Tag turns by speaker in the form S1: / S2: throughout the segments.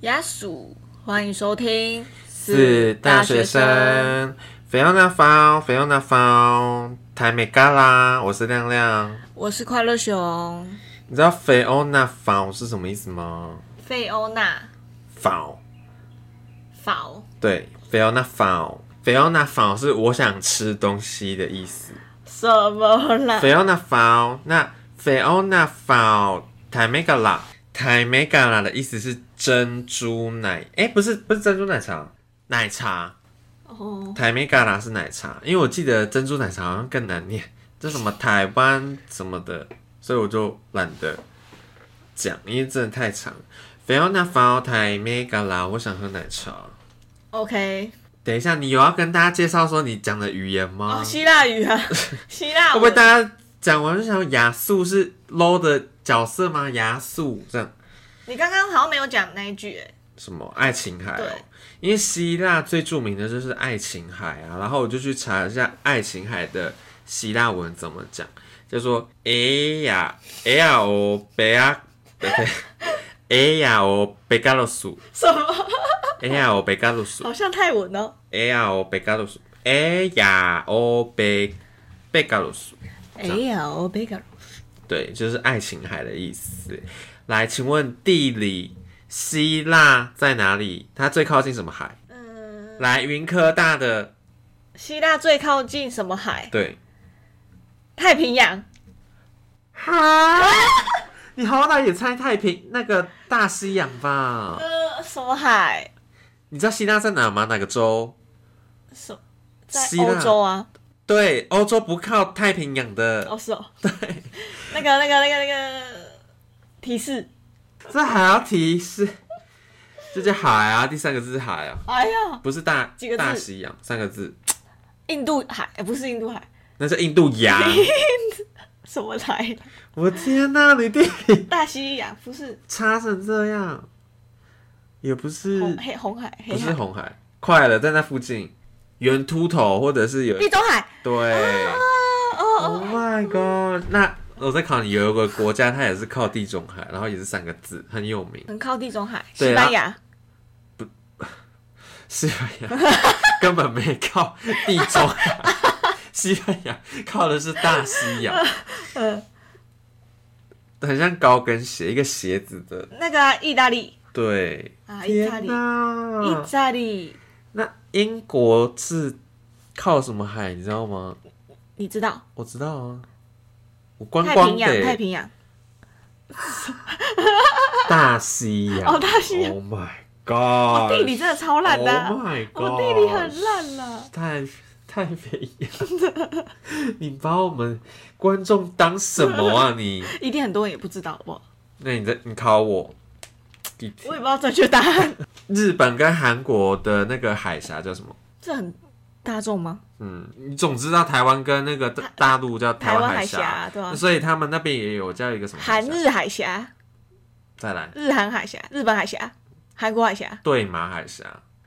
S1: 雅鼠，欢迎收听
S2: 是大学生。菲欧娜方，菲欧娜方，台美嘎啦，我是亮亮。
S1: 我是快乐熊
S2: 你知道菲欧娜方是什么意思吗？
S1: 费欧娜
S2: 方，
S1: 法
S2: 对，菲欧娜方，菲欧娜方是我想吃东西的意思。
S1: 什么啦？
S2: 菲欧娜方，那菲欧娜方台美嘎啦，台美嘎啦的意思是珍珠奶，哎、不是不是珍珠奶茶，奶茶。
S1: 哦，
S2: 台妹嘎啦是奶茶，因为我记得珍珠奶茶好像更难念，这什么台湾什么的，所以我就懒得讲，因为真的太长。菲欧娜法台妹嘎啦，我想喝奶茶。
S1: OK，
S2: 等一下，你有要跟大家介绍说你讲的语言吗
S1: 哦，？希腊语 啊，希腊文
S2: 会不会大家讲完就想说亚素是 low 的角色吗？亚素这样
S1: 你刚刚好像没有讲那一句、欸，
S2: 什么爱琴海哦、
S1: 对
S2: 因为希腊最著名的就是爱琴海啊，然后我就去查一下爱琴海的希腊文怎么讲，叫做哎呀哎呀哦贝啊哎呀哦贝加洛苏，
S1: 什 么？
S2: 哎呀哦贝加洛苏，
S1: 好像泰文哦。
S2: 哎呀哦贝加洛苏，哎呀哦贝贝加洛苏，
S1: 哎呀，我贝卡，
S2: 对，就是爱琴海的意思。来，请问地理希腊在哪里？它最靠近什么海？
S1: 嗯，
S2: 来，云科大的
S1: 希腊最靠近什么海？
S2: 对。
S1: 太平洋。
S2: 哈， 你好歹也猜太平那个大西洋吧？
S1: 呃，什么海？
S2: 你知道希腊在哪吗？哪个洲？
S1: 什么在
S2: 希
S1: 欧
S2: 腊
S1: 洲啊？
S2: 对，欧洲不靠太平洋的，
S1: 哦，是 哦。对，那个、那个、那个、那个提示。
S2: 这还要提示？这叫海啊，第三个字是海啊，
S1: 哎呀，
S2: 不是大
S1: 几个字
S2: 大西洋三个字，
S1: 印度海、哎不是印度海，
S2: 那是印度 洋。
S1: 什么 海？
S2: 我天哪、你地理
S1: 大西洋不是
S2: 差成这样，也不是
S1: 红黑红海，黑
S2: 嗯不是
S1: 海，
S2: 红海，快了，在那附近，圆秃头或者是有
S1: 地中海。
S2: 对。
S1: 哦哦，
S2: Oh my god！那我在考你，有一个国家，它也是靠地中海，然后也是三个字，很有名，
S1: 很靠地中海，
S2: 对
S1: 西
S2: 啊
S1: 班牙。
S2: 西班牙根本没靠地中海，西班牙靠的是大 西洋，
S1: 呃，
S2: 很像高跟鞋，一个鞋子的。
S1: 那个啊意大利
S2: 对，
S1: 啊，意大
S2: 天
S1: 利，
S2: 哪
S1: 意！大利，
S2: 那英国是靠什么海？你知道吗？
S1: 你知道？
S2: 我知道啊，我观
S1: 太
S2: 光
S1: 平
S2: 的
S1: 洋，太
S2: 欸
S1: 平洋。
S2: 大西洋。
S1: 哦大西洋
S2: ！Oh my
S1: 我
S2: god！
S1: 地理真的超烂的啊
S2: Oh my god！
S1: 我地理很烂啊了。
S2: 太太肥了，你把我们观众当什么啊你？
S1: 一定很多人也不知道，好不好？
S2: 那你在你考我，第一题
S1: 我也不知道正确答 案，
S2: 日本跟韩国的那个海峡叫什么？
S1: 这很大众吗？
S2: 嗯，你总知道台湾跟那个大大陆叫台
S1: 台
S2: 湾峡，
S1: 湾海峡对啊
S2: 所以他们那边也有叫一个什么海
S1: 韩
S2: 峡？
S1: 日海峡、
S2: 再来，
S1: 日韩海峡、日本海峡、韩国海峡，
S2: 对马海峡，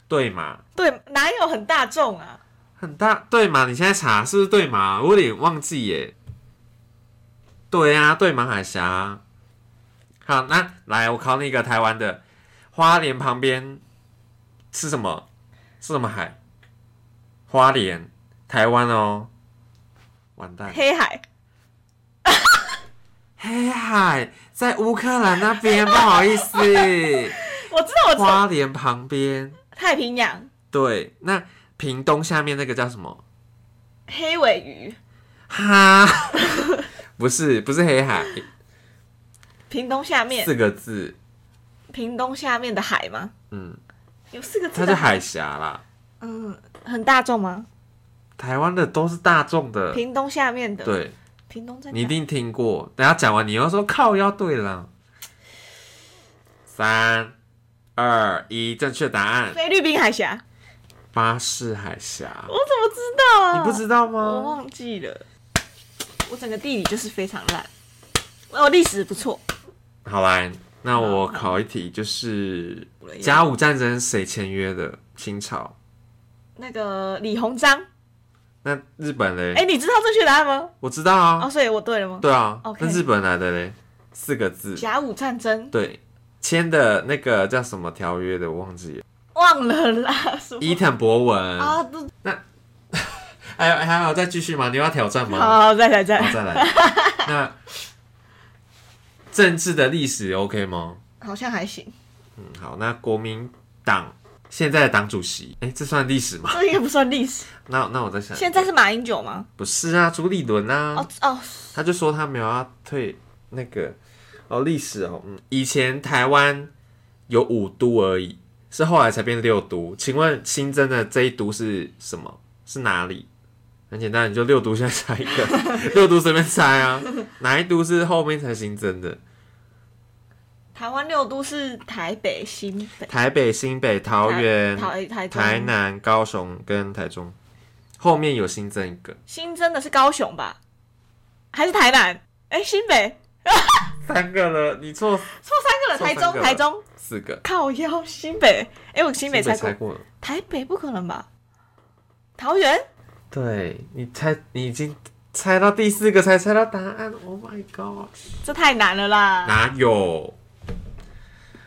S2: 对马
S1: 对，哪有很大众啊？
S2: 很大，对马，你现在查是不是对马？我有点忘记耶。对啊，对马海峡。好，那来我考你一个台湾的，花莲旁边是什么？是什么海？花莲，台湾哦。完蛋，
S1: 黑海，
S2: 黑海在乌克兰那边，不好意思，
S1: 我知道，我知道，
S2: 花莲旁边。
S1: 太平洋
S2: 对，那屏东下面那个叫什么？
S1: 黑尾鱼，
S2: 哈，不是，不是黑海，
S1: 屏东下面，
S2: 四个字，
S1: 屏东下面的海吗？
S2: 嗯，
S1: 有四个字
S2: 它
S1: 的，
S2: 是海峡啦。
S1: 嗯，很大众吗？
S2: 台湾的都是大众的，
S1: 屏东下面的，，
S2: 呃对
S1: 屏东在
S2: 你一
S1: 哪？
S2: 定听过。等下讲完，你又说靠腰对了。三、二、一，正确答案，
S1: 菲律宾海峡，
S2: 巴士海峡
S1: 我，怎么知道啊？
S2: 你不知道
S1: 我
S2: 吗？
S1: 忘记了，哦我整个地理就是非常烂，我历史不错，
S2: 好来，那我考一题，就是
S1: 补了一
S2: 甲午战争谁签约的？清朝。
S1: 那个李鸿章，
S2: 那日本嘞？
S1: 哎、你知道正确答案吗？
S2: 我知道啊，
S1: 哦，所以我对了吗？
S2: 对啊，
S1: OK
S2: 那日本来的嘞，四个字，
S1: 甲午战争
S2: 对，签的那个叫什么条约的，我忘记了。
S1: 忘了啦，什么
S2: 伊藤博文，
S1: 啊？都
S2: 还有还有再继续吗？你要挑战吗？
S1: 好，好再来再
S2: 嗯好，
S1: 来，
S2: 再 来。那政治的历史 OK 吗？
S1: 好像还行，
S2: 嗯，好。那国民党现在的党主席，哎、这算历史吗？
S1: 这应该不算历史。
S2: 那那我在想，
S1: 现在是马英九吗？
S2: 不是啊，朱立伦啊，
S1: 哦哦，
S2: 他就说他没有要退那个哦历史哦，嗯，以前台湾有五都而已，是后来才变六都。请问新增的这一都是什么？是哪里？很简单，你就六都现在猜一 个，六都随便猜啊，哪一都是后面才新增的？
S1: 台湾六都是台北、新北、
S2: 台北、新北、桃园、
S1: 台台中
S2: 台南、高雄跟台中，后面有新增一个，
S1: 新增的是高雄吧？还是台南？哎、新北
S2: 三个了，你错
S1: 错三个了，台
S2: 错三
S1: 中
S2: 个了
S1: 台中
S2: 四个，
S1: 靠腰新北，哎、我新
S2: 新
S1: 北猜过
S2: 猜，过了。
S1: 台北不可能吧？桃园
S2: 对你猜，你已经猜到第四个才猜到答案，Oh my god！
S1: 这太难了啦！
S2: 哪有？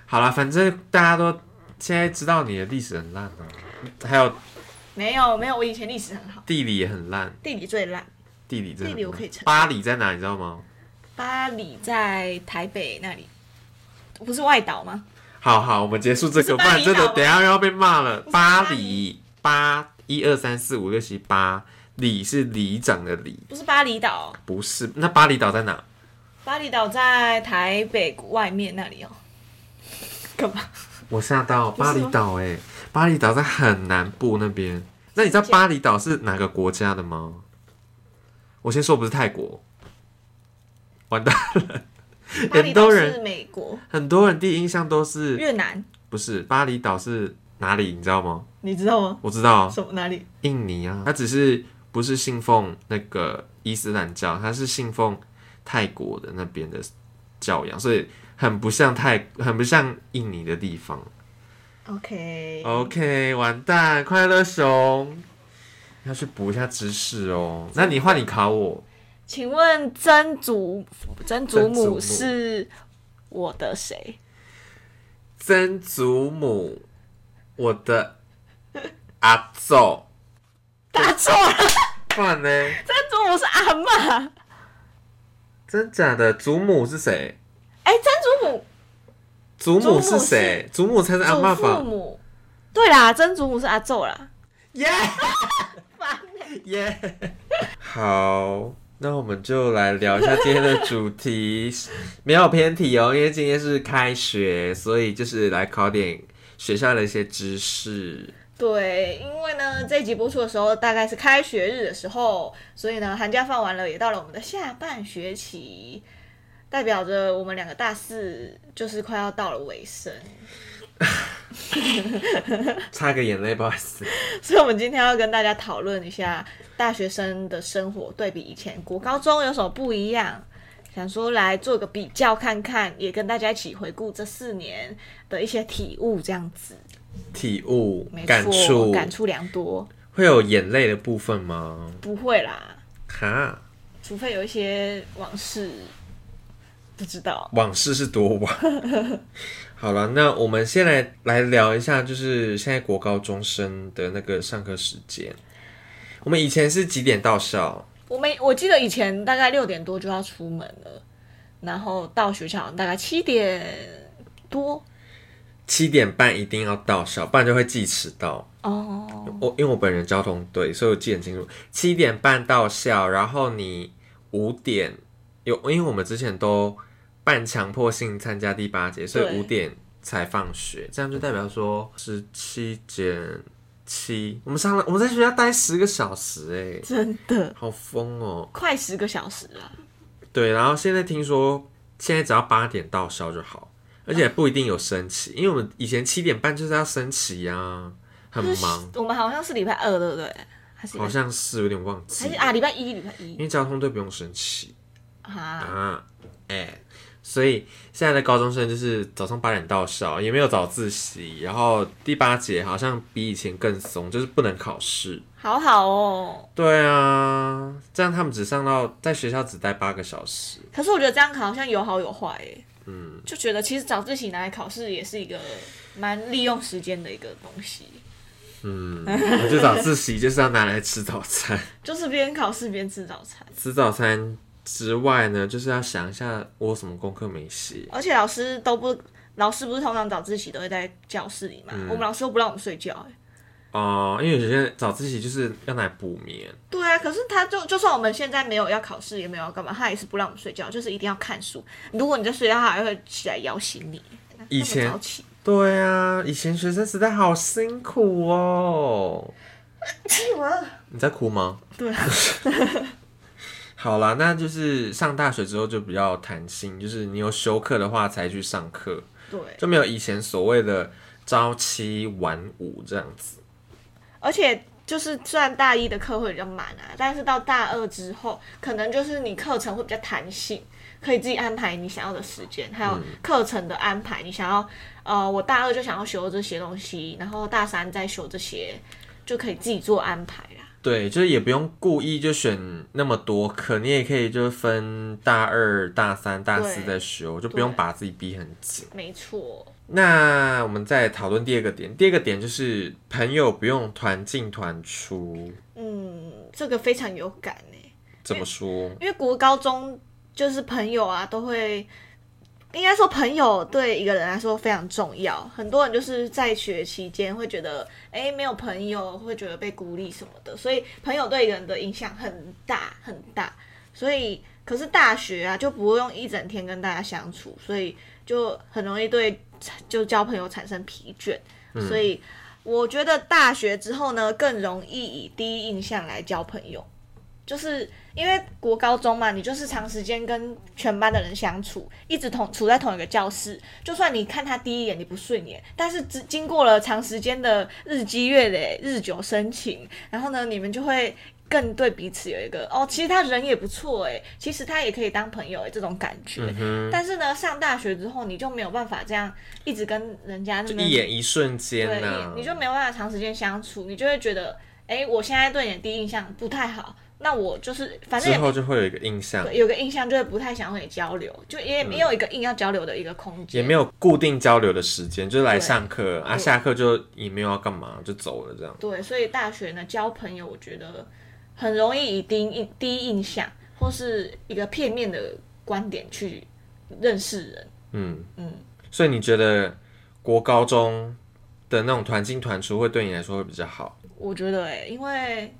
S2: 好了，反正大家都现在知道你的历史很烂啊，还有
S1: 没有没有，我以前历史很好，
S2: 地理也很烂，
S1: 地理最烂。
S2: 地理真的很烂
S1: 地理我可以承认
S2: 巴黎在哪？你知道吗？
S1: 巴黎在台北那里，不是外岛吗？
S2: 好好，我们结束这
S1: 不是
S2: 个，不
S1: 巴黎
S2: 然真的
S1: 岛吗
S2: 等一下又要被骂了。
S1: 是巴
S2: 巴黎，巴一二三四五六七八，里是里长的里，
S1: 不是巴厘岛，
S2: 不是。那巴厘岛在哪？
S1: 巴厘岛在台北外面那里哦。干嘛？
S2: 我吓到
S1: 是
S2: 巴
S1: 吗
S2: 厘岛哎、巴厘岛在很南部那边。那你知道巴厘岛是哪个国家的吗？我先说不是泰国，完蛋了，
S1: 巴厘
S2: 很多
S1: 岛
S2: 人
S1: 是美国、
S2: 很多人第一印象都是
S1: 越南，
S2: 不是巴厘岛是哪里？你知道吗？
S1: 你知道吗？
S2: 我知道啊，
S1: 什么哪里？
S2: 印尼啊，它只是不是信奉那个伊斯兰教，它是信奉泰国的那边的教养，所以很不像泰，很不像印尼的地方。
S1: OK，
S2: OK，完蛋，快乐熊要去补一下知识哦。那你换你考我，
S1: 请问曾祖曾祖
S2: 曾祖
S1: 母
S2: 母
S1: 是我的谁？
S2: 曾祖母，我的阿祖，
S1: 答错了，
S2: 不然呢？
S1: 曾祖母是阿嬷。
S2: 真假的祖母是谁？
S1: 哎、曾祖母
S2: 祖母是谁？祖母才是阿
S1: 祖
S2: 妈
S1: 父
S2: 吧？
S1: 母，对啦，曾祖母是阿昼啦。
S2: 耶耶！好，那我们就来聊一下今天的主题，没有偏题哦，因为今天是开学，所以就是来考点学校的一些知识。
S1: 对，因为呢，
S2: 嗯
S1: 这一集播出的时候大概是开学日的时候，所以呢，寒假放完了，也到了我们的下半学期，代表着我们两个大四就是快要到了尾声，
S2: 擦个眼泪，不好意思。
S1: 所以我们今天要跟大家讨论一下大学生的生活对比以前国高中有什么不一样，想说来做个比较看看，也跟大家一起回顾这四年的一些体悟，这样子，
S2: 体悟
S1: 没、
S2: 感
S1: 错，
S2: 触，
S1: 感触良多，
S2: 会有眼泪的部分吗？
S1: 不会啦。
S2: 哈，
S1: 除非有一些往事，不知道。
S2: 往事是多晚？ 好了，那我们先来来聊一下，就是现在国高中生的那个上课时间。我们以前是几点到校？
S1: 我们我记得以前大概六点多就要出门了，然后到学校好像大概七点多
S2: 七点半一定要到校，不然就会记迟到。
S1: 哦。
S2: 我因为我本人交通队，所以我记得很清楚。七点半到校，然后你五点有，因为我们之前都半强迫性参加第八节，所以
S1: 对
S2: 五点才放学，这样就代表说十七减七，我们上了我们在学校待十个小时、欸，
S1: 真的
S2: 好疯哦、
S1: 快十个小时了，
S2: 对，然后现在听说现在只要八点到校就好，而且不一定有升旗，因为我们以前七点半就是要升旗啊，很
S1: 就是
S2: 忙，
S1: 我们好像是礼拜二，对不对？还是礼
S2: 好
S1: 拜
S2: 像是有点忘记
S1: 还
S2: 了
S1: 是。啊，礼拜一，礼拜
S2: 因
S1: 一
S2: 嗯为交通队不用升旗
S1: 啊，
S2: 啊，哎、所以现在的高中生就是早上八点到校，也没有早自习，然后第八节好像比以前更松，就是不能考试。
S1: 好好哦。
S2: 对啊，这样他们只上到在学校只待八个小时。
S1: 可是我觉得这样好像有好有坏诶。嗯，就觉得其实早自习拿来考试也是一个蛮利用时间的一个东西，
S2: 嗯，我就早自习就是要拿来吃早餐。
S1: 就是边考试边吃早餐。
S2: 吃早餐之外呢，就是要想一下我有什么功课没写。
S1: 而且老师都不，老师不是通常早自习都会在教室里嘛？
S2: 嗯
S1: 我们老师都不让我们睡觉、欸。
S2: 哦、因为有些早自习就是要拿来补眠。
S1: 对啊，可是他就就算我们现在没有要考试，也没有要干嘛，他也是不让我们睡觉，就是一定要看书。如果你在睡觉，他还会起来摇醒你。
S2: 以前
S1: 那么早起，
S2: 对啊，以前学生时代好辛苦哦。你在哭吗？
S1: 对啊，
S2: 好啦，那就是上大学之后就比较弹性，就是你有休课的话才去上课，
S1: 对，
S2: 就没有以前所谓的朝七晚五这样子。
S1: 而且就是虽然大一的课会比较满啊，但是到大二之后，可能就是你课程会比较弹性，可以自己安排你想要的时间，还有课程的安排，你想要呃，我大二就想要修这些东西，然后大三再修这些，就可以自己做安排啦。
S2: 对，就是也不用故意就选那么多课，你也可以就分大二、大三、大四
S1: 对
S2: 再修，就不用
S1: 对
S2: 把自己逼很紧。
S1: 没错，
S2: 那我们再讨论第二个点，第二个点就是朋友不用团进团出，
S1: 嗯，这个非常有感哎、
S2: 怎么说？
S1: 因为国高中就是朋友啊，都会，应该说朋友对一个人来说非常重要。很多人就是在学期间会觉得，哎、没有朋友会觉得被孤立什么的，所以朋友对一个人的影响很大很大。所以，可是大学啊，就不用一整天跟大家相处，所以就很容易对就交朋友产生疲倦。所以，我觉得大学之后呢，更容易以第一印象来交朋友。就是因为国高中嘛，你就是长时间跟全班的人相处，一直同处在同一个教室，就算你看他第一眼你不顺眼，但是只经过了长时间的日积月累、日久生情，然后呢，你们就会更对彼此有一个哦，其实他人也不错诶，其实他也可以当朋友诶这种感觉。但是呢，上大学之后你就没有办法这样一直跟人家那
S2: 就
S1: 么
S2: 一眼一瞬间呐、
S1: 对你，你就没有办法长时间相处，你就会觉得，哎、我现在对你的第一印象不太好，那我就是反正
S2: 之
S1: 也
S2: 后就会有一个印象，
S1: 有个印象，就会不太想和你交流，就也没有一个硬要交流的一个空
S2: 也
S1: 间。
S2: 没有固定交流的时间，就是来上课啊，
S1: 对
S2: 下课就也没有要干嘛，就走了这样。
S1: 对，所以大学呢，交朋友我觉得很容易以第一印第一印象或是一个片面的观点去认识人。
S2: 嗯
S1: 嗯
S2: 所以你觉得国高中的那种团进团出会对你来说会比较好？
S1: 我觉得、欸，因为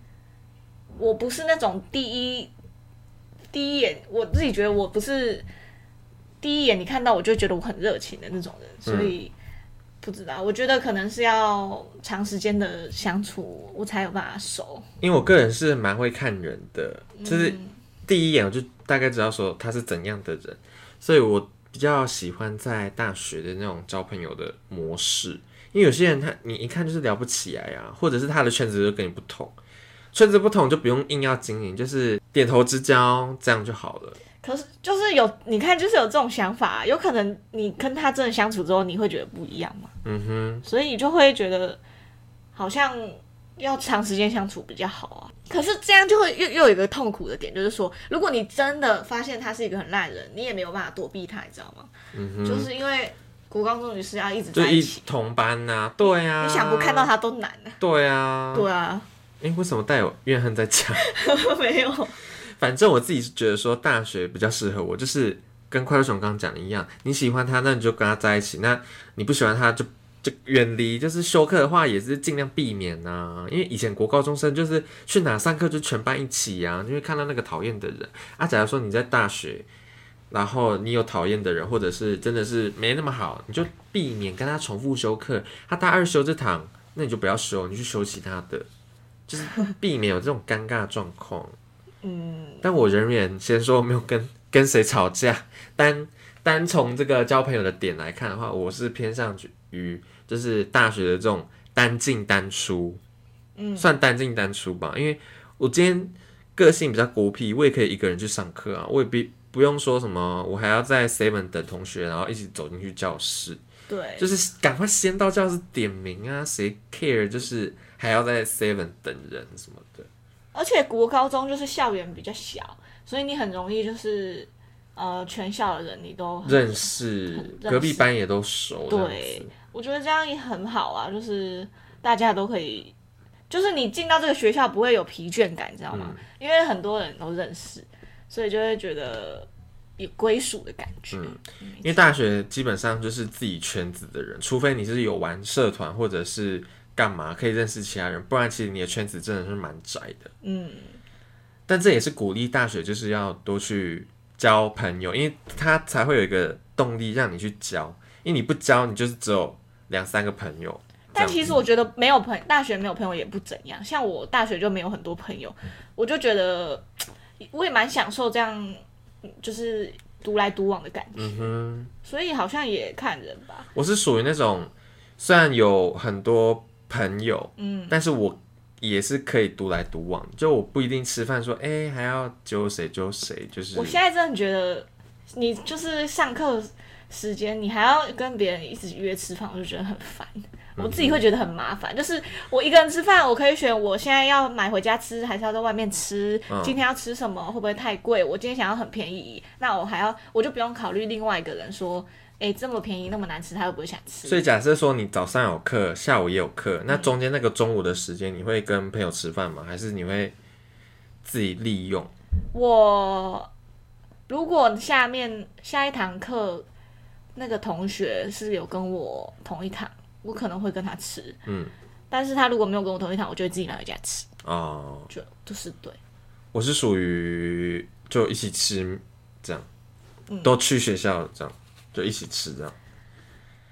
S1: 我不是那种第一第一眼，我自己觉得我不是第一眼你看到我就觉得我很热情的那种人，所以不知道，我觉得可能是要长时间的相处，我才有办法熟。
S2: 因为我个人是蛮会看人的，就是
S1: 嗯
S2: 第一眼我就大概知道说他是怎样的人，所以我比较喜欢在大学的那种交朋友的模式，因为有些人他你一看就是聊不起来啊，或者是他的圈子就跟你不同，圈子不同就不用硬要经营，就是点头之交这样就好了。
S1: 可是就是有你看，就是有这种想法，啊有可能你跟他真的相处之后，你会觉得不一样嘛，
S2: 嗯哼，
S1: 所以你就会觉得好像要长时间相处比较好啊。可是这样就会又又有一个痛苦的点，就是说，如果你真的发现他是一个很烂人，你也没有办法躲避他，你知道吗？
S2: 嗯哼，
S1: 就是因为国高中女是要一直
S2: 就
S1: 在
S2: 一
S1: 一起，
S2: 同班呐、对啊，
S1: 你想不看到？他都难啊。
S2: 对啊，
S1: 对啊，
S2: 哎、为什么带有怨恨在讲？
S1: 没有，
S2: 反正我自己是觉得说大学比较适合我，就是跟快乐熊刚刚讲的一样，你喜欢他，那你就跟他在一起；那你不喜欢他就，就远离。就是休课的话，也是尽量避免呐、因为以前国高中生就是去哪上课就全班一起呀、就会看到那个讨厌的人。啊，假如说你在大学，然后你有讨厌的人，或者是真的是没那么好，你就避免跟他重复修课。啊他大二修这堂，那你就不要修，你去修其他的，就是避免有这种尴尬的状况。
S1: 嗯，
S2: 但我仍然先说我没有跟 跟谁吵架，单单从这个交朋友的点来看的话，我是偏向于就是大学的这种单进单出，嗯，算单进单出吧，因为我今天个性比较孤僻，我也可以一个人去上课啊，我也不不用说什么，我还要在 Seven 等同学，然后一起走进去教室，
S1: 对，
S2: 就是赶快先到教室点名啊，谁 care 就是还要在 Seven 等人什么的。
S1: 而且国高中就是校园比较小，所以你很容易就是呃全校的人你都很
S2: 认识
S1: 很认
S2: 隔壁班也都熟，这样
S1: 对
S2: 子
S1: 我觉得这样也很好啊，就是大家都可以，就是你进到这个学校不会有疲倦感，你知道吗？
S2: 嗯
S1: 因为很多人都认识，所以就会觉得有归属的感觉。
S2: 因为大学基本上就是自己圈子的人，除非你是有玩社团或者是干嘛可以认识其他人，不然其实你的圈子真的是蛮窄的。
S1: 嗯，
S2: 但这也是鼓励大学就是要多去交朋友，因为他才会有一个动力让你去交，因为你不交，你就是只有两三个朋友。
S1: 但
S2: 这样
S1: 其实我觉得没有朋大学没有朋友也不怎样，像我大学就没有很多朋友，
S2: 嗯
S1: 我就觉得我也蛮享受这样，嗯就是独来独往的感觉。
S2: 嗯
S1: 所以好像也看人吧，
S2: 我是属于那种虽然有很多朋友，嗯，但是我也是可以独来独往，就我不一定吃饭说，哎、还要揪谁揪谁，就是
S1: 我现在真的觉得你就是上课时间，你还要跟别人一直约吃饭，我就觉得很烦。
S2: 嗯
S1: 我自己会觉得很麻烦，就是我一个人吃饭，我可以选我现在要买回家吃，还是要在外面吃。
S2: 嗯
S1: 今天要吃什么会不会太贵？我今天想要很便宜，那我还要我就不用考虑另外一个人说，哎、这么便宜那么难吃，他会不会想吃？
S2: 所以假设说你早上有课，下午也有课，那中间那个中午的时间，你会跟朋友吃饭吗？还是你会自己利用？
S1: 我如果下面下一堂课那个同学是有跟我同一堂，我可能会跟他吃，
S2: 嗯，
S1: 但是他如果没有跟我同一堂，我就会自己拿回家吃，
S2: 哦，
S1: 就就是对，
S2: 我是属于就一起吃这样，都去学校这样，就一起吃这样。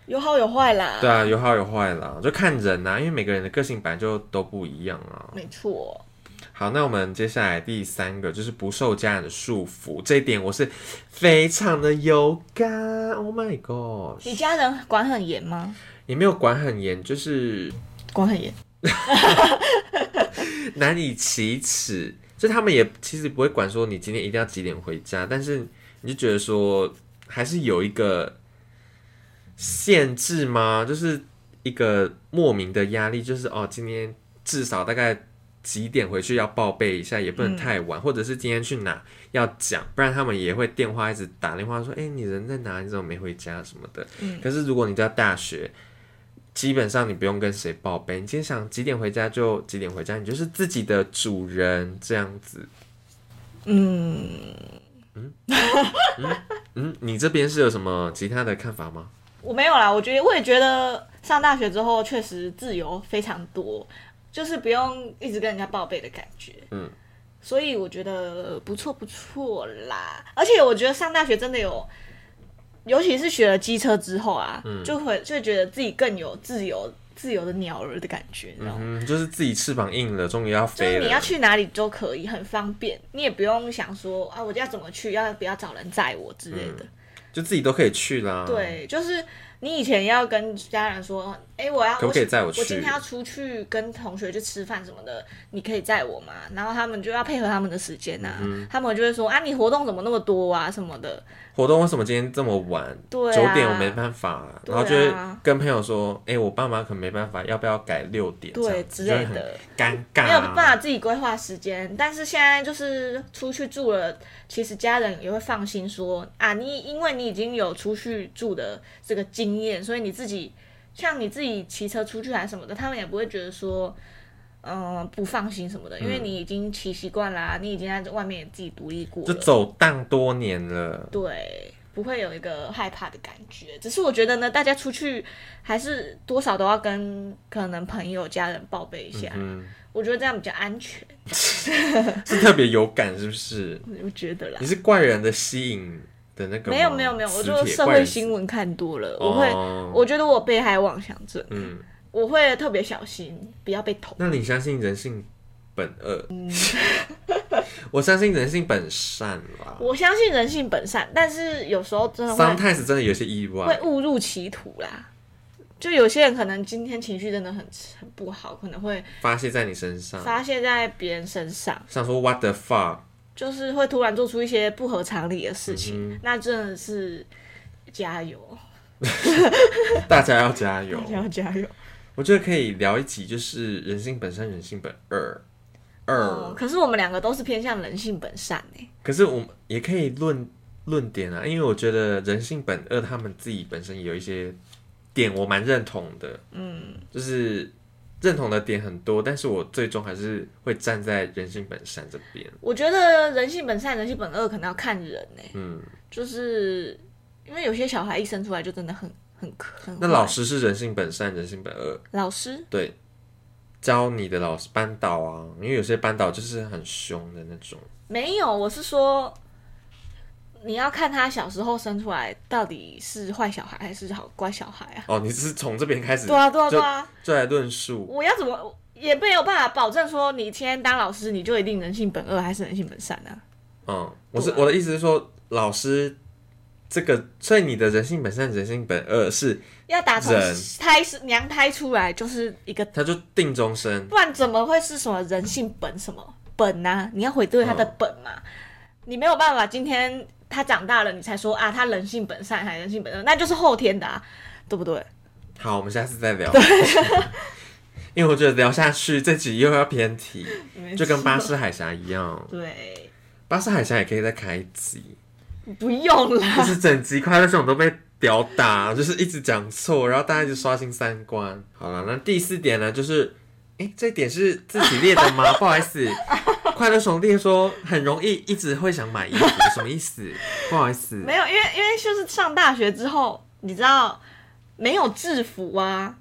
S1: 有好有坏啦，
S2: 对啊，有好有坏啦，就看人啊，因为每个人的个性本来就都不一样啊。
S1: 没错，
S2: 好，那我们接下来第三个就是不受家人的束缚，这一点我是非常的有感。Oh my god，
S1: 你家人管很严吗？
S2: 也没有管很严，就是
S1: 管很严，
S2: 难以启齿。就他们也其实不会管说你今天一定要几点回家，但是你就觉得说还是有一个限制吗？就是一个莫名的压力，就是哦，今天至少大概几点回去要报备一下，也不能太晚，或者是今天去哪要讲，不然他们也会电话一直打电话说，哎、你人在哪？你怎么没回家什么的。可是如果你在大学，基本上你不用跟谁报备，你今天想几点回家就几点回家，你就是自己的主人这样子。
S1: 嗯，
S2: 嗯，你这边是有什么其他的看法吗？
S1: 我没有啦，我觉得我也觉得上大学之后确实自由非常多，就是不用一直跟人家报备的感觉。
S2: 嗯，
S1: 所以我觉得不错不错啦，而且我觉得上大学真的有，尤其是学了机车之后啊，
S2: 嗯
S1: 就会就会觉得自己更有自由自由的鸟儿的感觉，你知道吗？
S2: 嗯，就是自己翅膀硬了，终于要
S1: 就
S2: 飞
S1: 是
S2: 了。
S1: 你要去哪里都可以，很方便，你也不用想说啊，我要怎么去，要不要找人载我之类的。
S2: 就自己都可以去啦。，
S1: 对，就是你以前要跟家人说，哎、我要
S2: 可不可以载我去
S1: 我今天要出去跟同学去吃饭什么的，你可以载我吗？然后他们就要配合他们的时间呐、
S2: 嗯
S1: 他们就会说啊，你活动怎么那么多啊什么的。
S2: 活动为什么今天这么晚？
S1: 对啊
S2: 九点我没办法、
S1: 对
S2: 然
S1: 啊
S2: 后就会跟朋友说，哎、我爸妈可能没办法，要不要改六点？
S1: 对
S2: 这样子
S1: 之类的，
S2: 就会很尴尬、
S1: 没有办法。自己规划时间，但是现在就是出去住了，其实家人也会放心说啊，你因为你已经有出去住的这个经验，所以你自己像你自己骑车出去还是什么的，他们也不会觉得说。嗯，不放心什么的，因为你已经骑习惯啦，你已经在外面也自己独立过
S2: 就
S1: 了，
S2: 走荡多年了，
S1: 对，不会有一个害怕的感觉。只是我觉得呢，大家出去还是多少都要跟可能朋友、家人报备一下，
S2: 嗯，
S1: 我觉得这样比较安全，
S2: 是特别有感，是不是？
S1: 我觉得啦
S2: 你。是怪人的吸引的那个吗
S1: 没有没有没有，我
S2: 磁
S1: 就
S2: 铁
S1: 社
S2: 怪
S1: 会
S2: 人
S1: 新闻看多了，
S2: 哦
S1: 我会，我觉得我被害妄想症，
S2: 嗯，
S1: 我会特别小心，不要被捅。
S2: 那你相信人性本恶？
S1: 嗯
S2: 我相信人性本善啦。
S1: 我相信人性本善，但是有时候真的会
S2: sometimes 真的有些意
S1: 会
S2: 外，
S1: 误入歧途啦。就有些人可能今天情绪真的很很不好，可能会
S2: 嗯发泄在你身上，
S1: 发泄在别人身上。
S2: 想说 what the fuck，
S1: 就是会突然做出一些不合常理的
S2: 嗯
S1: 事情，那真的是加油，
S2: 大家要 加油
S1: 大！家 要加油。
S2: 我觉得可以聊一集，就是人性本善，人性本恶。
S1: 哦
S2: 二，
S1: 可是我们两个都是偏向人性本善欸诶、
S2: 可是我们也可以论论点啊，因为我觉得人性本恶，他们自己本身也有一些点我蛮认同的，嗯，就是认同的点很多，但是我最终还是会站在人性本善这边。
S1: 我觉得人性本善、人性本恶可能要看人诶、
S2: 嗯，
S1: 就是因为有些小孩一生出来就真的很很很
S2: 那
S1: 坏
S2: 老师是人性本善，人性本恶，
S1: 老师
S2: 对，教你的老师班导啊，因为有些班导就是很凶的那种。
S1: 没有，我是说你要看他小时候生出来到底是坏小孩还是好乖小孩啊？
S2: 哦，你是从这边开始，
S1: 对啊，对啊，
S2: 就
S1: 对啊，
S2: 就来论述。
S1: 我要怎么也没有办法保证说你今天当老师你就一定人性本恶还是人性本善啊？
S2: 嗯，我是
S1: 对啊
S2: 我的意思是说，老师这个，所以你的人性本善、人性本恶是，
S1: 要打从
S2: 人
S1: 胎是娘胎出来就是一个，
S2: 他就定终身。
S1: 不然怎么会是什么人性本什么本啊？你要回对他的本嘛，你没有办法，今天他长大了你才说啊，他人性本善还人性本恶，那就是后天的啊，对不对？
S2: 好，我们下次再聊。 因为我觉得聊下去这集又要 偏题，就跟巴士海峡一样，
S1: 对，
S2: 巴士海峡也可以再开一集，
S1: 不用啦。
S2: 就是整集快乐熊都被屌打，就是一直讲错，然后大家一直刷新三观。好了，那第四点呢，就是，哎、这一点是自己列的吗？ 不好意思，快乐熊列说很容易一直会想买衣服，什么意思？不好意思，
S1: 没有，因为因为就是上大学之后，你知道没有制服啊，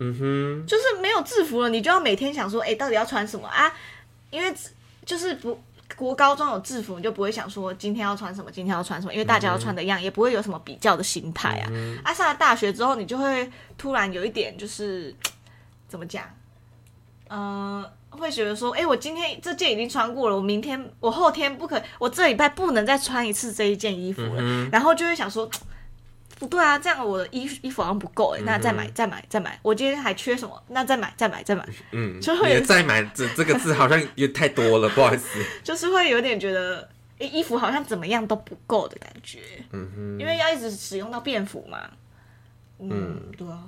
S2: 嗯
S1: 就是没有制服了，你就要每天想说，哎、到底要穿什么啊？因为制就是不国高中有制服，你就不会想说今天要穿什么，今天要穿什么，因为大家都穿的一样，也不会有什么比较的心态啊。啊，上了大学之后，你就会突然有一点就是怎么讲，嗯、会觉得说，哎、我今天这件已经穿过了，我明天、我后天不可，我这礼拜不能再穿一次这一件衣
S2: 嗯
S1: 服了，然后就会想说，不对啊，这样我的衣衣服好像不够
S2: 嗯
S1: 哎、那再买、再买、再买，我今天还缺什么？那再买、再买、再 买，
S2: 哼，嗯，
S1: 就会
S2: 你的再买这这个字好像也太多了，不好意思。
S1: 就是会有点觉得，哎、衣服好像怎么样都不够的感觉，
S2: 嗯哼，
S1: 因为要一直使用到便服嘛。嗯，对啊，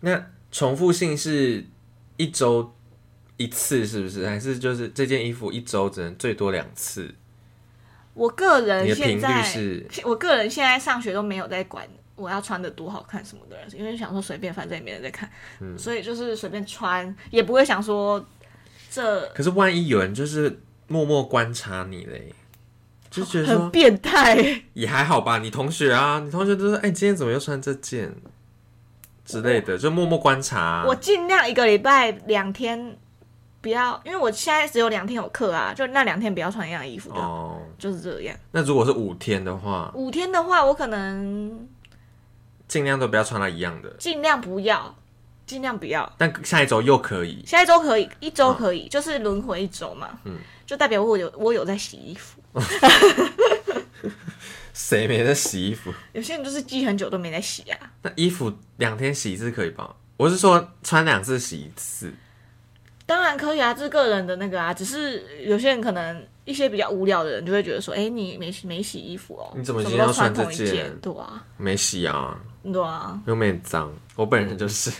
S2: 那重复性是一周一次，是不是？还是就是这件衣服一周只能最多两次？
S1: 我个
S2: 你
S1: 人
S2: 的频
S1: 现
S2: 率
S1: 在
S2: 是
S1: 我个人现在上学都没有在管我要穿的多好看什么的，因为想说随便，反正也没人在看，
S2: 嗯
S1: 所以就是随便穿，也不会想说这
S2: 可是万一有人就是默默观察你嘞，就觉得
S1: 很
S2: 说
S1: 变态。
S2: 也还好吧。你同学啊，你同学都说，哎、你今天怎么又穿这件之类的，就默默观察、啊
S1: 我尽量一个礼拜两天不要，因为我现在只有两天有课啊，就那两天不要穿一样的衣服，就、
S2: 哦，
S1: 就是这样。
S2: 那如果是五天的话，
S1: 五天的话，我可能
S2: 尽量都不要穿到一样的。
S1: 尽量不要，尽量不要。
S2: 但下一周又可以，
S1: 下一周可以，一周可
S2: 啊
S1: 以，就是轮回一周嘛，
S2: 嗯
S1: 就代表我有我有在洗衣服。
S2: 谁没在洗衣服？
S1: 有些人就是积很久都没在洗啊，
S2: 那衣服两天洗一次可以吧？我是说穿两次洗一次。
S1: 当然可以啊，这是个人的那个啊，只是有些人可能一些比较无聊的人就会觉得说，哎、你没洗没洗衣服哦，
S2: 你怎么
S1: 什
S2: 今
S1: 么都
S2: 天要穿
S1: 穿同一
S2: 这件
S1: 件？对啊，
S2: 没洗啊，
S1: 对啊，
S2: 又没很脏。我本人就是，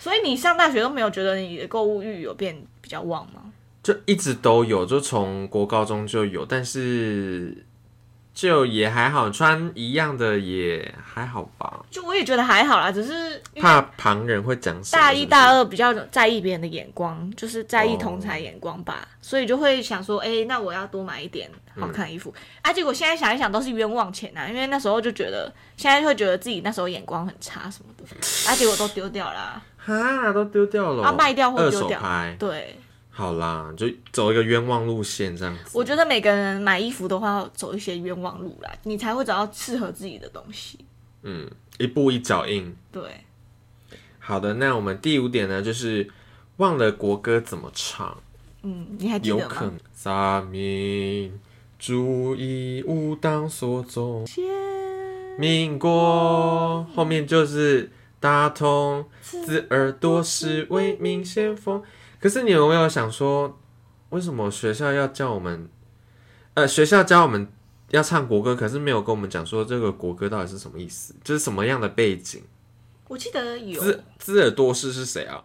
S1: 所以你上大学都没有觉得你的购物欲有变比较旺吗？
S2: 就一直都有，就从国高中就有，但是就也还好，穿一样的也还好吧。
S1: 就我也觉得还好啦，只是因为
S2: 怕旁人会讲什么？
S1: 大一
S2: 是不是啊
S1: 大二比较在意别人的眼光，就是在意
S2: 哦
S1: 同才眼光吧，所以就会想说，哎、那我要多买一点好看的衣服。
S2: 嗯
S1: 啊，结果现在想一想都是冤枉钱啊，因为那时候就觉得，现在会觉得自己那时候眼光很差什 么的，啊，结果都丢掉啦。
S2: 哈都丢掉了，
S1: 啊卖掉或
S2: 二
S1: 丢
S2: 手
S1: 掉
S2: 拍。
S1: 对，
S2: 好啦，就走一个冤枉路线这样子。
S1: 我觉得每个人买衣服的话，要走一些冤枉路啦，你才会找到适合自己的东西。
S2: 嗯，一步一脚印。
S1: 对，
S2: 好的，那我们第五点呢，就是忘了国歌怎么唱。
S1: 嗯，你还记
S2: 有
S1: 得
S2: 可
S1: 吗？
S2: 能。三民主义吾党所宗，民国后面就是大同，自耳朵是为民先锋。可是你有没有想说，为什么学校要叫我们呃，学校教我们要唱国歌，可是没有跟我们讲说这个国歌到底是什么意思，就是什么样的背景。
S1: 我记得有
S2: 兹兹尔多斯是谁啊？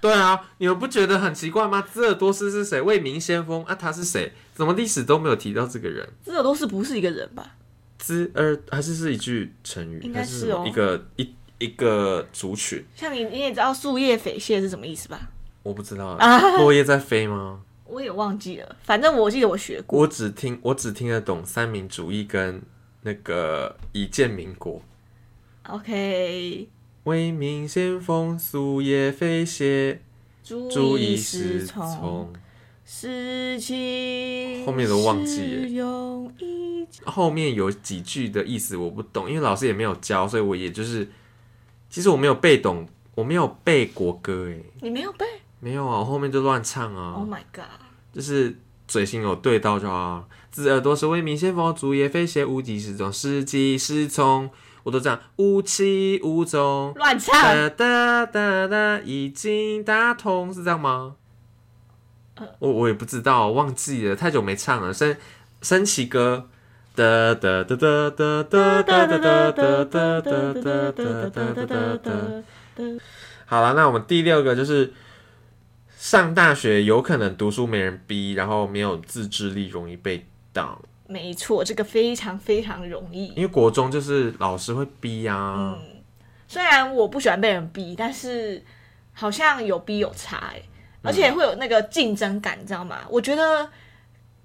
S2: 对啊，你们不觉得很奇怪吗？兹尔多斯是谁？为民先锋啊，他是谁？怎么历史都没有提到这个人？
S1: 这个都是不是一个人吧？
S2: 兹尔呃还是是一句成语，
S1: 应该
S2: 还是
S1: 是
S2: 什么
S1: 哦
S2: 一个一一个族群，
S1: 像你你也知道树叶匪蟹是什么意思吧？
S2: 我不知道
S1: 啊
S2: 落叶在飞吗？
S1: 我也忘记了，反正我记得我学过。
S2: 我只听我只听得懂三民主义跟那个以建民国。
S1: OK，
S2: 为民先锋，夙夜飞血，
S1: 注
S2: 注
S1: 意
S2: 意
S1: 是
S2: 时
S1: 从
S2: 从。
S1: 事情，
S2: 后面都忘记耶
S1: 用一
S2: 后面有几句的意思我不懂，因为老师也没有教，所以我也就是，其实我没有背懂，我没有背国歌，诶，
S1: 你没有背
S2: 没有啊，我后面就乱唱啊。
S1: ？Oh my god！
S2: 就是嘴型有对到就好。自耳朵是为民先锋，竹叶飞鞋无极失踪，失即失从，我都这样无期无踪。
S1: 乱唱，
S2: 哒哒哒哒，已经打通，是这样吗？我我也不知道，忘记了，太久没唱了。升升旗歌，哒哒哒哒哒哒哒哒哒哒哒哒哒哒哒哒。好了，那我们第六个就是上大学有可能读书没人逼，然后没有自制力，容易被挡。
S1: 没错，这个非常非常容易。
S2: 因为国中就是老师会逼
S1: 嗯
S2: 啊，
S1: 虽然我不喜欢被人逼，但是好像有逼有差、欸，而
S2: 嗯
S1: 且会有那个竞争感，你知道吗？我觉得，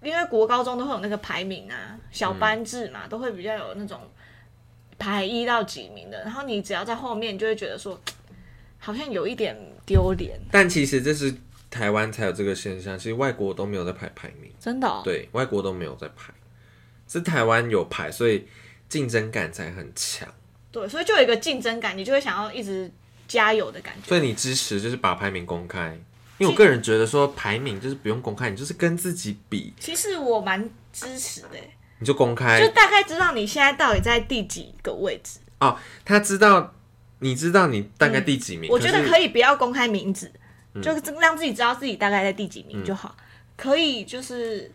S1: 因为国高中都会有那个排名啊，小
S2: 嗯
S1: 班制嘛，都会比较有那种排一到几名的，然后你只要在后面，你就会觉得说，好像有一点丢脸，
S2: 但其实这是台湾才有这个现象，其实外国都没有在排排名，
S1: 真的、哦。
S2: 对外国都没有在排，是台湾有排，所以竞争感才很强。
S1: 对，所以就有一个竞争感，你就会想要一直加油的感觉。
S2: 所以你支持就是把排名公开，因为我个人觉得说排名就是不用公开，你就是跟自己比，
S1: 其实我蛮支持的欸、
S2: 你就公开，
S1: 就大概知道你现在到底在第几个位置。
S2: 哦，他知道，你知道你大概第几名？
S1: 嗯我觉得
S2: 是嗯
S1: 可以不要公开名字，就是让自己知道自己大概在第几名就好。可以就是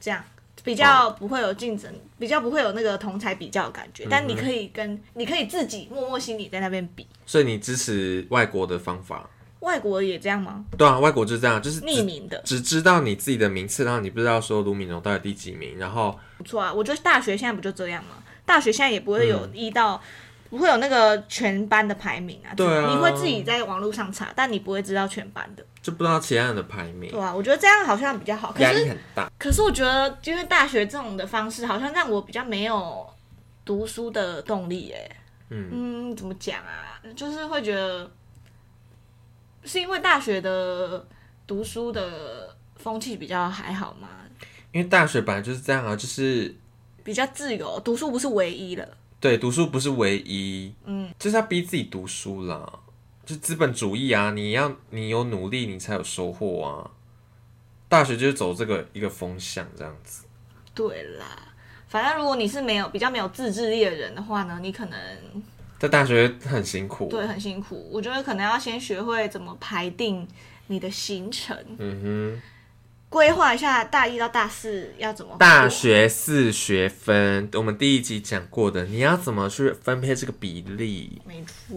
S1: 这样，比
S2: 哦
S1: 较不会有竞争，比较不会有那个同才比较的感
S2: 嗯
S1: 觉。但你可以跟你可以自己默默心里在那边比。
S2: 所以你支持外国的方法？
S1: 外国也这样吗？
S2: 对啊，外国就是这样，就是
S1: 匿
S2: 只
S1: 名的
S2: 只知道你自己的名次，然后你不知道说卢敏荣到底第几名，然后
S1: 不错啊，我觉得大学现在不就这样吗？大学现在也不会
S2: 嗯
S1: 有一到。不会有那个全班的排名啊，
S2: 对啊
S1: 你会自己在网络上查，但你不会知道全班的，
S2: 就不知道其他人的排名
S1: 对，啊，我觉得这样好像比较好。可
S2: 压
S1: 是
S2: 力很大。
S1: 可是我觉得，因为大学这种的方式，好像让我比较没有读书的动力耶。嗯怎么讲啊？就是会觉得，是因为大学的读书的风气比较还好嘛，
S2: 因为大学本来就是这样啊，就是
S1: 比较自由，读书不是唯一了。
S2: 对读书不是唯一，嗯，就是要逼自己读书啦，就资本主义啊，你要你有努力，你才有收获啊。大学就是走这个一个风向这样子。
S1: 对啦，反正如果你是没有比较没有自制力的人的话呢，你可能
S2: 在大学很辛苦，
S1: 对很辛苦。我觉得可能要先学会怎么排定你的行程，
S2: 嗯
S1: 规划一下大一到大四要怎么
S2: 哼，大
S1: 过
S2: 学四学分，我们第一集讲过的，你要怎么去分配这个比例？
S1: 没错，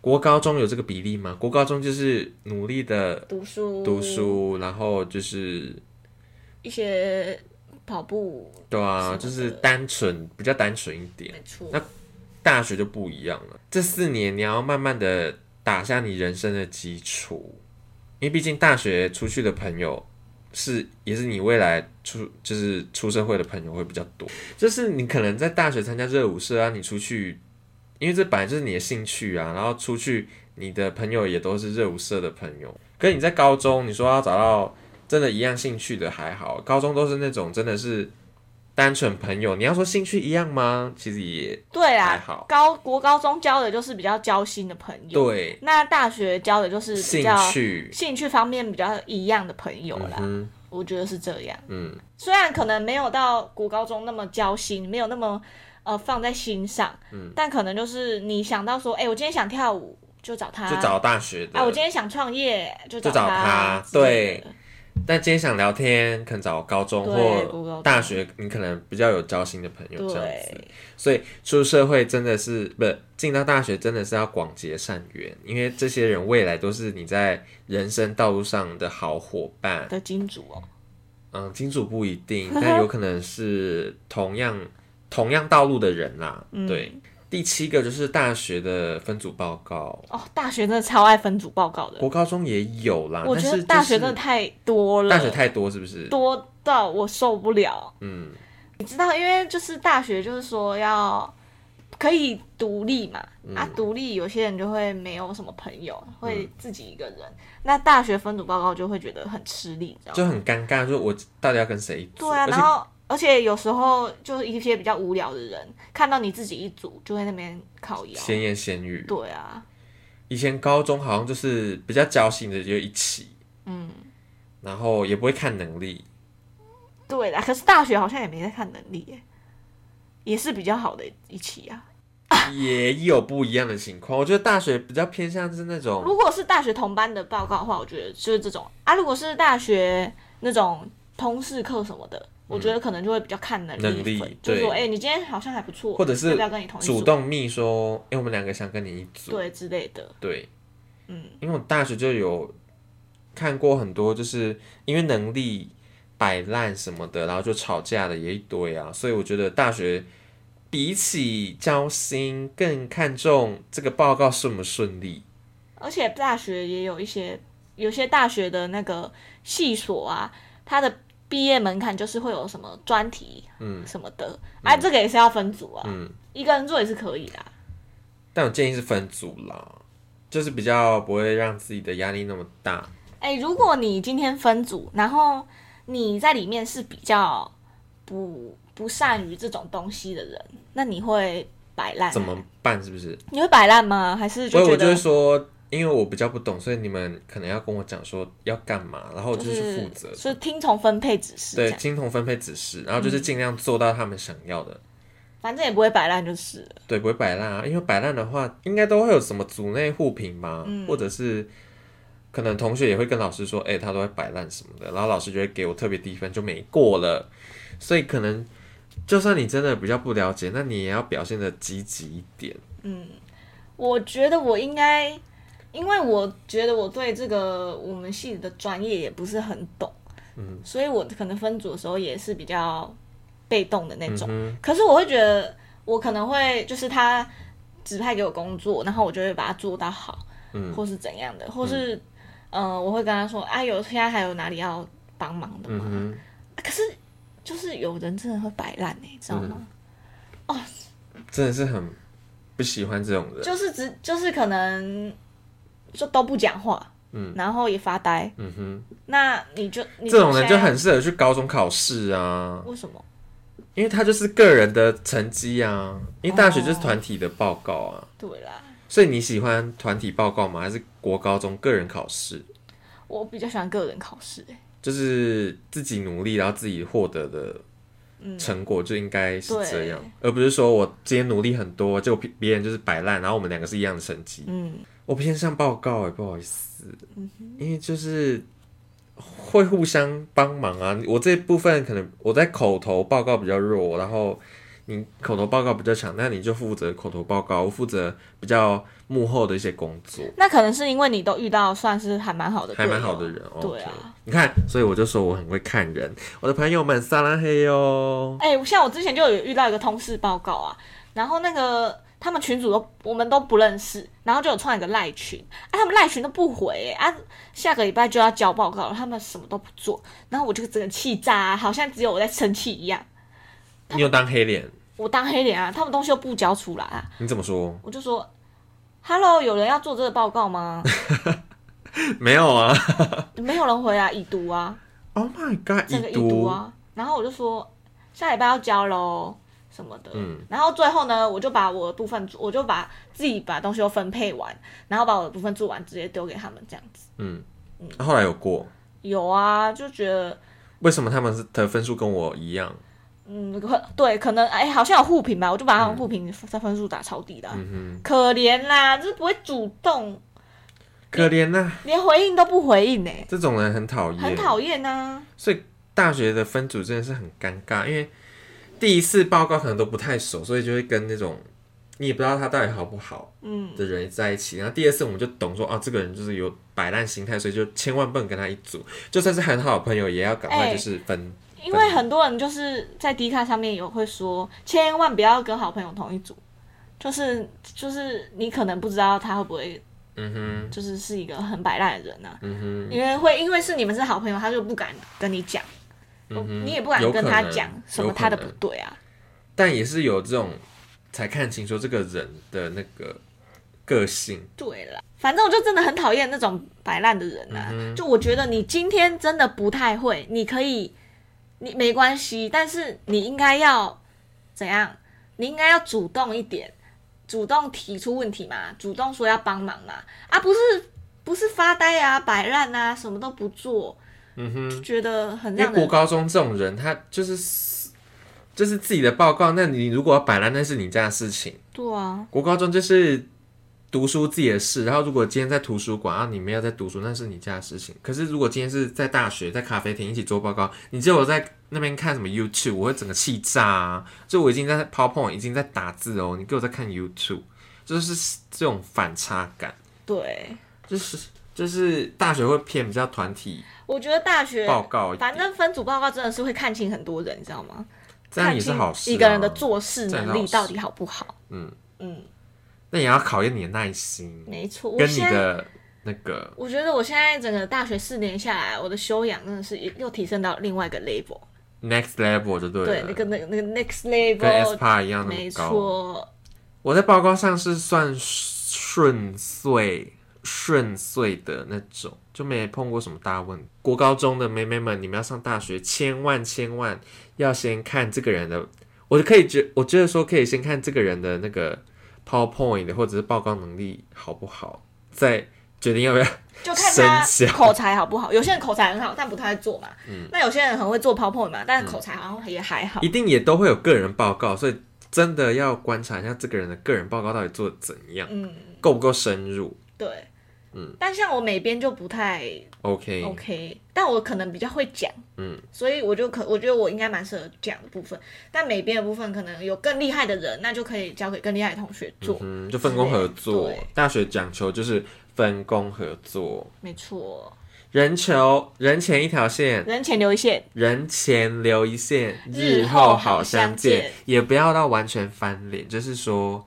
S2: 国高中有这个比例吗？国高中就是努力的
S1: 读书，
S2: 读，书，然后就是
S1: 一些跑步，
S2: 对
S1: 是
S2: 啊，
S1: 的
S2: 就是单纯，比较单纯一点。
S1: 没错。
S2: 那大学就不一样了，这四年你要慢慢的打下你人生的基础，因为毕竟大学出去的朋友是也是你未来出就是出社会的朋友会比较多，就是你可能在大学参加热舞社啊，你出去，因为这本来就是你的兴趣啊，然后出去你的朋友也都是热舞社的朋友，可是你在高中你说要找到真的一样兴趣的还好，高中都是那种真的是。单纯朋友，你要说兴趣一样吗？其实也
S1: 对
S2: 还
S1: 啦，
S2: 好
S1: 高国高中交的就是比较交心的朋友，
S2: 对，
S1: 那大学交的就是比
S2: 兴
S1: 较
S2: 趣，
S1: 兴趣方面比较一样的朋友啦。
S2: 嗯
S1: 我觉得是这样，
S2: 嗯，
S1: 虽然可能没有到国高中那么交心，没有那么呃放在心上，
S2: 嗯
S1: 但可能就是你想到说，哎、我今天想跳舞就找他，啊
S2: 就找大学的，
S1: 哎、我今天想创业就
S2: 就找
S1: 他
S2: 他
S1: 之类的，
S2: 但今天想聊天，可能找高中
S1: 对国高
S2: 或
S1: 中
S2: 大学，你可能比较有交心的朋友这样子。
S1: 对，
S2: 所以出社会真的是不是进到大学真的是要广结善缘，因为这些人未来都是你在人生道路上的好伙伴。
S1: 的金主哦，
S2: 嗯，金主不一定，但有可能是同样同样道路的人啦。
S1: 嗯
S2: 对，第七个就是大学的分组报告，
S1: 哦，大学真的超爱分组报告的，
S2: 国高中也有啦，
S1: 我觉
S2: 但是
S1: 得
S2: 就是
S1: 大学真的太多了，
S2: 大学太多是不是？
S1: 多到我受不了。
S2: 嗯，
S1: 你知道，因为就是大学就是说要可以独立嘛，
S2: 嗯
S1: 啊，独立有些人就会没有什么朋友，会自己一个人。那大学分组报告就会觉得很吃力，你知道
S2: 就
S1: 吗？
S2: 很尴尬，就是我到底要跟谁组？
S1: 对啊，
S2: 而且
S1: 然后而且有时候就是一些比较无聊的人，看到你自己一组，就会那边靠腰。
S2: 闲言闲语。
S1: 对啊，
S2: 以前高中好像就是比较交心的就一起，
S1: 嗯，
S2: 然后也不会看能力，
S1: 对啦。可是大学好像也没在看能力耶，也是比较好的一期啊。
S2: 也有不一样的情况。我觉得大学比较偏向是那种
S1: 如果是大学同班的报告的话，我觉得就是这种啊。如果是大学那种通识课什么的，我觉得可能就会比较看能力分，
S2: 嗯能力
S1: 就是说，哎、
S2: 对
S1: 你今天好像还不错，
S2: 或者是
S1: 要不要跟你同一组
S2: 主动密说，哎、我们两个想跟你一组，
S1: 对之类的，
S2: 对，
S1: 嗯，
S2: 因为我大学就有看过很多，就是因为能力摆烂什么的，然后就吵架的也一堆啊，所以我觉得大学比起交心，更看重这个报告顺不顺利。
S1: 而且大学也有一些有些大学的那个系所啊，它的毕业门槛就是会有什么专题，
S2: 嗯，
S1: 什么的，哎、啊，这个也是要分组啊，
S2: 嗯，
S1: 一个人做也是可以的、
S2: 但我建议是分组啦，就是比较不会让自己的压力那么大。
S1: 哎、如果你今天分组，然后你在里面是比较不不善于这种东西的人，那你会摆烂？
S2: 怎？么办？是不是？
S1: 你会摆烂吗？还是
S2: 所
S1: 就
S2: 以
S1: 觉
S2: 我就
S1: 得
S2: 会说，因为我比较不懂，所以你们可能要跟我讲说要干嘛，然后我哦就是去负责的。
S1: 是听从分配指示这
S2: 对，
S1: 样，嗯
S2: 金童分配指示，然后就是尽量做到他们想要的，
S1: 反正也不会摆烂就是了。
S2: 对，不会摆烂啊。因为摆烂的话，应该都会有什么组内互评嘛，
S1: 嗯
S2: 或者是可能同学也会跟老师说，哎、他都会摆烂什么的，然后老师就会给我特别低分，就没过了。所以可能就算你真的比较不了解，那你也要表现的积极一点。
S1: 我觉得我应该，因为我觉得我对这个我们系的专业也不是很懂，嗯，所以我可能分组的时候也是比较被动的那种。
S2: 嗯
S1: 可是我会觉得，我可能会就是他指派给我工作，然后我就会把它做到好，
S2: 嗯
S1: 或是怎样的，或是、呃，我会跟他说，啊，有现在还有哪里要帮忙的
S2: 嗯
S1: 吗？
S2: 哼，
S1: 可是就是有人真的会摆烂欸你知道吗？
S2: 嗯真的是很不喜欢这种人。
S1: 就是只就是可能就都不讲话，
S2: 嗯，
S1: 然后也发呆，
S2: 嗯哼，
S1: 那你就你
S2: 这种人就
S1: 现在
S2: 很适合去高中考试啊。
S1: 为什么？
S2: 因为他就是个人的成绩啊，因为大学就是团体的报告啊，
S1: 对啦，
S2: 所以你喜欢团体报告吗？还是国高中个人考试？
S1: 我比较喜欢个人考试、欸，
S2: 就是自己努力，然后自己获得的
S1: 嗯
S2: 成果就应该是这样
S1: 对，
S2: 而不是说我今天努力很多，结果别人就是摆烂，然后我们两个是一样的成绩。
S1: 嗯，
S2: 我偏向报告哎、不好意思，因为就是会互相帮忙啊。我这部分可能我在口头报告比较弱，然后你口头报告比较强，那你就负责口头报告，我负责比较幕后的一些工作，
S1: 那可能是因为你都遇到算是还蛮好的队
S2: 还
S1: 友，
S2: 蛮好的人。哦
S1: 对
S2: OK
S1: 啊。
S2: 你看，所以我就说我很会看人，我的朋友们撒拉哦嘿哟。
S1: 哎、像我之前就有遇到一个通事报告啊，然后那个他们群主都我们都不认识，然后就有创一个赖群，啊，他们赖群都不回、哎啊，下个礼拜就要交报告了，他们什么都不做，然后我就整个气炸、啊，好像只有我在生气一样，
S2: 你有当黑脸？
S1: 我当黑脸啊，他们东西又不交出来啊，
S2: 你怎 么说？
S1: 我就说，Hello，有人要做这个报告吗？
S2: 没有啊
S1: 没有人回来已读啊，
S2: ！Oh my god，
S1: 整个
S2: 已
S1: 已读
S2: 读，
S1: 啊，然后我就说下礼拜要交喽什么的，
S2: 嗯
S1: 然后最后呢，我就把我的部分做，我就把自己把东西都分配完，然后把我的部分做完，直接丢给他们这样子。
S2: 嗯，后来有过。
S1: 有啊，就觉得
S2: 为什么他们的分数跟我一样？
S1: 嗯，可对，可能哎、好像有互评吧，我就把他们互评在分数打超低的啊、
S2: 嗯
S1: 可怜啦，就是不会主动。
S2: 哼，可怜啊呐、
S1: 连回应都不回应呢、欸
S2: 这种人很讨厌，啊
S1: 很讨厌呐。
S2: 所以大学的分组真的是很尴尬，因为第一次报告可能都不太熟，所以就会跟那种你也不知道他到底好不好
S1: 嗯，
S2: 的人在一起。然后第二次我们就懂说，啊，这个人就是有摆烂心态，所以就千万不能跟他一组。就算是很好的朋友，也要赶快
S1: 哎
S2: 就是分。
S1: 因为很多人就是在 D 卡上面有会说，千万不要跟好朋友同一组，就是就是你可能不知道他会不会
S2: 嗯哼，
S1: 就是是一个很摆烂的人呐、啊
S2: 嗯哼，
S1: 因为会因为是你们是好朋友，他就不敢跟你讲，
S2: 嗯哼，
S1: 你也不敢
S2: 有
S1: 跟
S2: 可
S1: 他
S2: 能
S1: 讲什
S2: 有
S1: 么
S2: 可
S1: 他的
S2: 能
S1: 不对啊。
S2: 但也是有这种才看清说这个人的那个个性。
S1: 对啦，反正我就真的很讨厌那种摆烂的人啊。
S2: 嗯
S1: 就我觉得你今天真的不太会，你可以，你没关系，但是你应该要怎样？你应该要主动一点，主动提出问题嘛，主动说要帮忙嘛，啊，不是不是发呆啊，摆烂啊，什么都不做，
S2: 嗯哼，
S1: 就觉得很
S2: 因为
S1: 让人
S2: 国高中这种人，他就是就是自己的报告，那你如果要摆烂，那是你家的事情。
S1: 对啊，
S2: 国高中就是读书自己的事，然后如果今天在图书馆，然啊后你没有在读书，那是你家的事情。可是如果今天是在大学，在咖啡厅一起做报告，你叫我在那边看什么 YouTube，我会整个气炸啊！就我已经在 PowerPoint 已经在打字哦，你给我在看 YouTube，就是这种反差感，
S1: 对，
S2: 就是就是大学会偏比较团体
S1: 我觉得大学
S2: 报告一点，
S1: 反正分组报告真的是会看清很多人，你知道吗？
S2: 这样
S1: 看
S2: 也是
S1: 清
S2: 好事、啊。
S1: 一个人的做事
S2: 这样
S1: 能
S2: 是好
S1: 力
S2: 事
S1: 到底好不好？
S2: 嗯
S1: 嗯，
S2: 那也要考验你的耐心，
S1: 没错。我
S2: 跟你
S1: 现在
S2: 的那个，
S1: 我觉得我现在整个大学四年下来，我的修养真的是又提升到另外一个 level，
S2: next level 就对了，啊
S1: 对，那个那个那个 next
S2: 跟 S
S1: level，
S2: p a 一样那
S1: 没
S2: 么高。
S1: 错，
S2: 我在报告上是算顺遂顺遂的那种，就没碰过什么大问题。国高中的妹妹们，你们要上大学，千万千万要先看这个人的，我就可以觉，我觉得说可以先看这个人的那个 PowerPoint 或者是报告能力好不好，再决定要不 要
S1: 就看他
S2: 生效
S1: 口才好不好。有些人口才很好，但不太会做嘛。那有些人很会做 PowerPoint 嘛，但是口才好像也还好。
S2: 嗯一定也都会有个人报告，所以真的要观察一下这个人的个人报告到底做的怎样，
S1: 嗯，
S2: 够不够深入。
S1: 对。
S2: 嗯
S1: 但像我美编就不太
S2: OK，,
S1: OK，但我可能比较会讲，
S2: 嗯，
S1: 所以我就可我觉得我应该蛮适合讲的部分，但美编的部分可能有更厉害的人，那就可以交给更厉害的同学做，
S2: 嗯，就分工合作
S1: 对。
S2: 大学讲求就是分工合作，
S1: 没错，
S2: 人求人前一条线，
S1: 人前留一线，
S2: 人前留一线，
S1: 日
S2: 日
S1: 后
S2: 后
S1: 好
S2: 好
S1: 相
S2: 相
S1: 见
S2: 见。也不要到完全翻脸，就是说，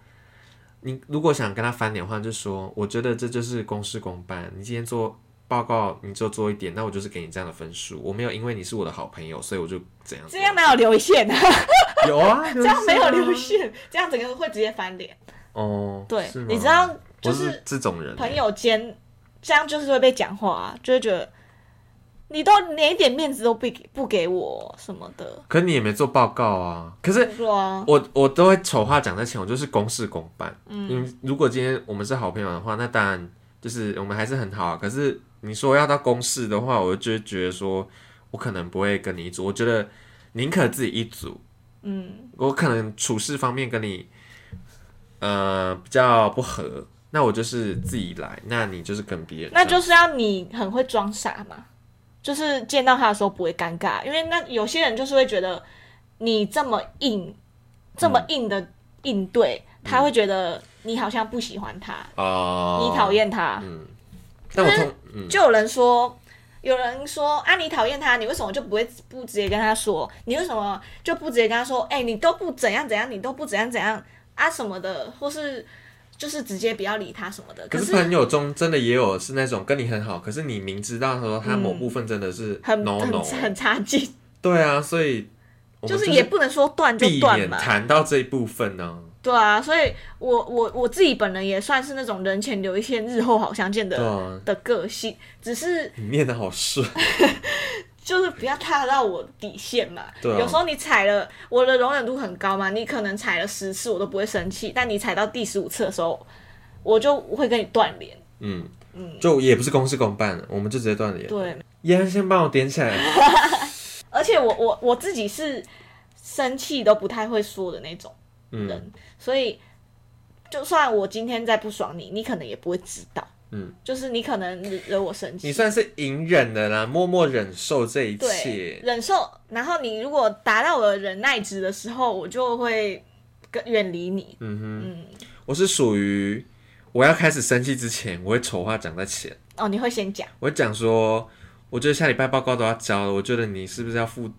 S2: 你如果想跟他翻脸的话，就说我觉得这就是公事公办。你今天做报告，你就做一点，那我就是给你这样的分数。我没有因为你是我的好朋友，所以我就怎样
S1: 这样哪有留一线 啊？
S2: 有啊，
S1: 这样没有留
S2: 流
S1: 一线，这样整个会直接翻脸。
S2: 哦。
S1: 对
S2: 是，吗
S1: 你知道就
S2: 我
S1: 是
S2: 是这种人欸、
S1: 朋友间这样就是会被讲话、啊，就会觉得你都连一点面子都不给不给我什么的，
S2: 可你也没做报告啊。可是
S1: 说啊，
S2: 我我都会丑话讲在前，我就是公事公办。嗯，如果今天我们是好朋友的话，那当然就是我们还是很好啊。可是你说要到公事的话，我就会觉得说，我可能不会跟你一组，我觉得宁可自己一组。
S1: 嗯，
S2: 我可能处事方面跟你，呃，比较不合，那我就是自己来，那你就是跟别人这
S1: 那
S2: 样。
S1: 就是要你很会装傻嘛，就是见到他的时候不会尴尬，因为那有些人就是会觉得你这么硬，这么硬的应对，他会觉得你好像不喜欢他，
S2: 哦，
S1: 你讨。厌他。
S2: 嗯，但我通嗯
S1: 就有人说，有人说啊，你讨厌他，你为什么就不会不直接跟他说？你为什么就不直接跟他说？哎、你都不怎样怎样，你都不怎样怎样啊什么的，或是就是直接不要理他什么的。
S2: 可
S1: 可
S2: 是朋友中真的也有是那种跟你很好，可是你明知道说他某部分真的是
S1: 嗯很
S2: no no，、
S1: 很很差劲，
S2: 对啊，所以我们
S1: 就是
S2: 是
S1: 也不能说断就
S2: 避
S1: 断
S2: 免
S1: 嘛。
S2: 谈到这一部分呢、
S1: 对啊，所以我我我自己本人也算是那种人前留一线，日后好相见的、
S2: 对啊
S1: 的个性，只是
S2: 你念的 好顺，
S1: 就是不要踏到我底线嘛。
S2: 对啊
S1: 有时候你踩了我的容忍度很高嘛，你可能踩了十次我都不会生气，但你踩到第十五次的时候，我就会跟你断联。
S2: 嗯就也不是公事公办，我们就直接断联。
S1: 对，
S2: 烟先帮我点起 来，
S1: 而且我我我自己是生气都不太会说的那种人，
S2: 嗯
S1: 所以就算我今天再不爽你，你可能也不会知道。
S2: 嗯，
S1: 就是你可能惹惹我生气，
S2: 你算是隐忍的啦，默默忍受这一
S1: 对，
S2: 切。
S1: 忍受。然后你如果达到我的忍耐值的时候，我就会跟远离你。嗯哼，
S2: 我是属于我要开始生气之前，我会丑话讲在前，
S1: 哦，你会先讲，
S2: 我会讲说，我觉得下礼拜报告都要交了，我觉得你是不是要负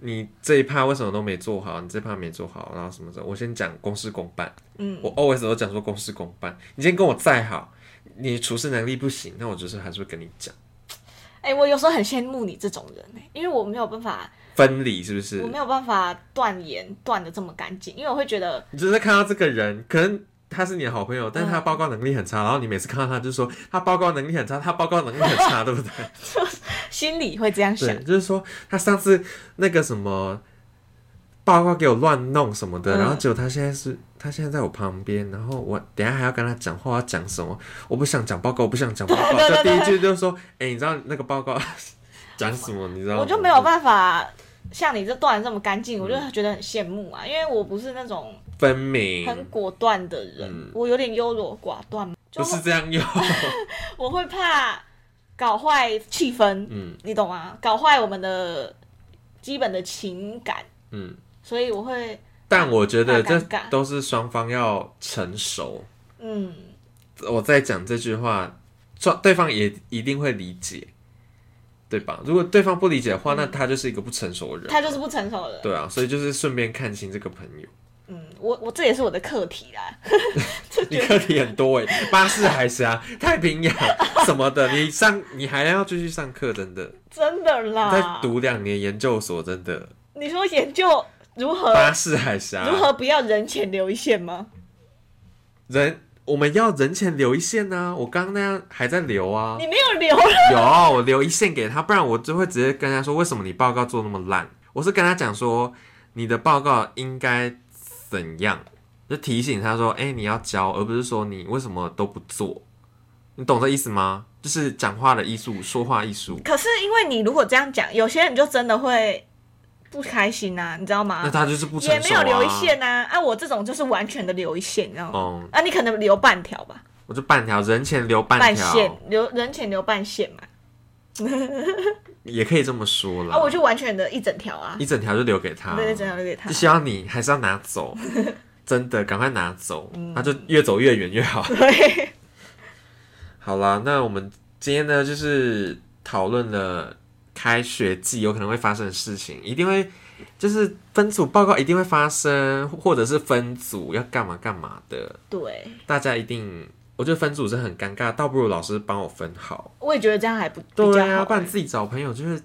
S2: 你这一趴为什么都没做好，你这趴没做好，然后什么的，我先讲公事公办。
S1: 嗯，
S2: 我 always 都讲说公事公办。你今天跟我再好，你处事能力不行，那我就是还是会跟你讲
S1: 哎、我有时候很羡慕你这种人、欸，因为我没有办法，
S2: 分离，是不是
S1: 我？没有办法断言断的这么干净，因为我会觉得
S2: 你就是看到这个人，可能他是你的好朋友，但是他报告能力很差，然后你每次看到他就说他报告能力很差，他报告能力很 差，对不对？
S1: 心里会这样想
S2: 对，。就是说他上次那个什么报告给我乱弄什么的，
S1: 嗯
S2: 然后结果他现在是他现在在我旁边，然后我等一下还要跟他讲话，要讲什么？我不想讲报告，我不想讲报告。
S1: 对对对
S2: 就第一句就是说，哎、你知道那个报告 讲什么？你知道吗？
S1: 我就没有办法像你这断的这么干净，我就
S2: 嗯
S1: 觉得很羡慕啊，因为我不是那种
S2: 分明，
S1: 很果断的人，我有点优柔寡断，就
S2: 嗯不是这样用。
S1: 我会怕搞坏气氛，
S2: 嗯
S1: 你懂吗？搞坏我们的基本的情感，
S2: 嗯，
S1: 所以我会
S2: 但我觉得
S1: 怕
S2: 这
S1: 尴尬
S2: 都是双方要成熟。
S1: 嗯，
S2: 我在讲这句话，双对方也一定会理解，对吧？如果对方不理解的话，那他就是一个不成熟的
S1: 嗯
S2: 人。
S1: 他就是不成熟的人。
S2: 对啊，所以就是顺便看清这个朋 友。
S1: 嗯，我我这也是我的课题啦。
S2: 你课题很多哎、巴士海峡、 太平洋什么的，你上你还要继续上课，真的，
S1: 真的
S2: 再
S1: 啦。
S2: 读两年研究所，真的。
S1: 你说研究如何
S2: 巴士啊海峡，
S1: 呃如何不要人前留一线吗？
S2: 人我们要人前留一线呢、我刚刚那样还在留啊，
S1: 你没有留了，
S2: 有啊我留一线给他，不然我就会直接跟他说，为什么你报告做那么烂？我是跟他讲说，你的报告应该怎样，就提醒他说，哎、你要交，而不是说你为什么都不做，你懂这意思吗？就是讲话的艺术，说话艺术。
S1: 可是因为你如果这样讲，有些人就真的会不开心啊，你知道吗？
S2: 那他就是不成
S1: 也没
S2: 熟
S1: 有
S2: 啊。
S1: 留一线啊，啊，我这种就是完全的留一线，你知道吗？
S2: 嗯，
S1: 啊，你可能留半条吧，
S2: 我就半条人前留半
S1: 半线
S2: 条，
S1: 留人前留半线嘛，
S2: 也可以这么说啦。
S1: 啊，我就完全的一整条啊，
S2: 一整条就留给他，
S1: 对，一整条留给他
S2: 就。希望你还是要拿 走，真的赶快拿走，
S1: 嗯
S2: 那就越走越远越好。
S1: 对，
S2: 好啦，那我们今天呢，就是讨论了开学季有可能会发生的事情，一定会就是分组报告一定会发生，或者是分组要干嘛干嘛的，
S1: 对，
S2: 大家一定，我觉得分组是很尴尬，倒不如老师帮我分好。
S1: 我也觉得这样还不比
S2: 对
S1: 较
S2: 啊，
S1: 好
S2: 不然自己找朋友就是。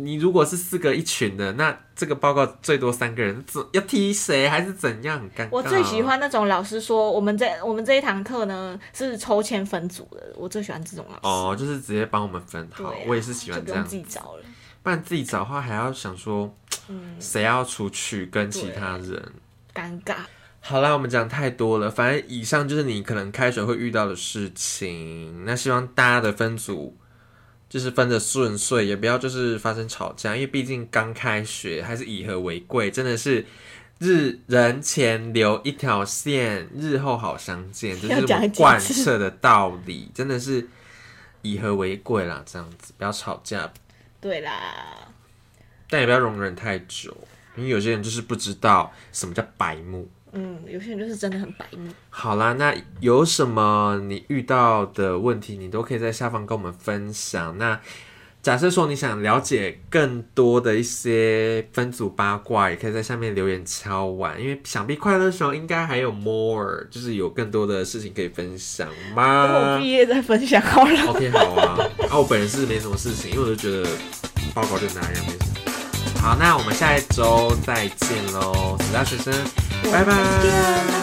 S2: 你如果是四个一群的，那这个报告最多三个人，怎要踢谁还是怎样？很尴尬。
S1: 我最喜欢那种老师说，我们这我们这一堂课呢是抽签分组的，我最喜欢这种老师。
S2: 哦，就是直接帮我们分好。
S1: 对啊
S2: 我也是喜
S1: 就
S2: 欢
S1: 不
S2: 这
S1: 用
S2: 样
S1: 自己找了。
S2: 不然自己找的话还要想说，
S1: 嗯
S2: 谁要出去跟其他人。
S1: 尴尬，
S2: 好啦，我们讲太多了，反正以上就是你可能开学会遇到的事情。那希望大家的分组就是分的顺遂，也不要就是发生吵架，因为毕竟刚开学，还是以和为贵，真的是。日人前留一条线，日后好相见，这
S1: 要
S2: 是我
S1: 讲
S2: 们
S1: 几次
S2: 贯彻的道理，真的是以和为贵啦。这样子不要吵架，
S1: 对啦，
S2: 但也不要容忍太久，因为有些人就是不知道什么叫白目。
S1: 嗯，有些人就是真的很白目。
S2: 好啦，那有什么你遇到的问题，你都可以在下方跟我们分享。那假设说你想了解更多的一些分组八卦，也可以在下面留言敲碗，因为想必快乐熊应该还有 more，就是有更多的事情可以分享
S1: 等我
S2: 吗
S1: 毕业再分享好了。
S2: ？OK，好啊。啊，我本人是没什么事情，因为我就觉得报告就那样，没什么。好，那我们下一周再见喽，死大学生，拜拜
S1: 再见拜拜。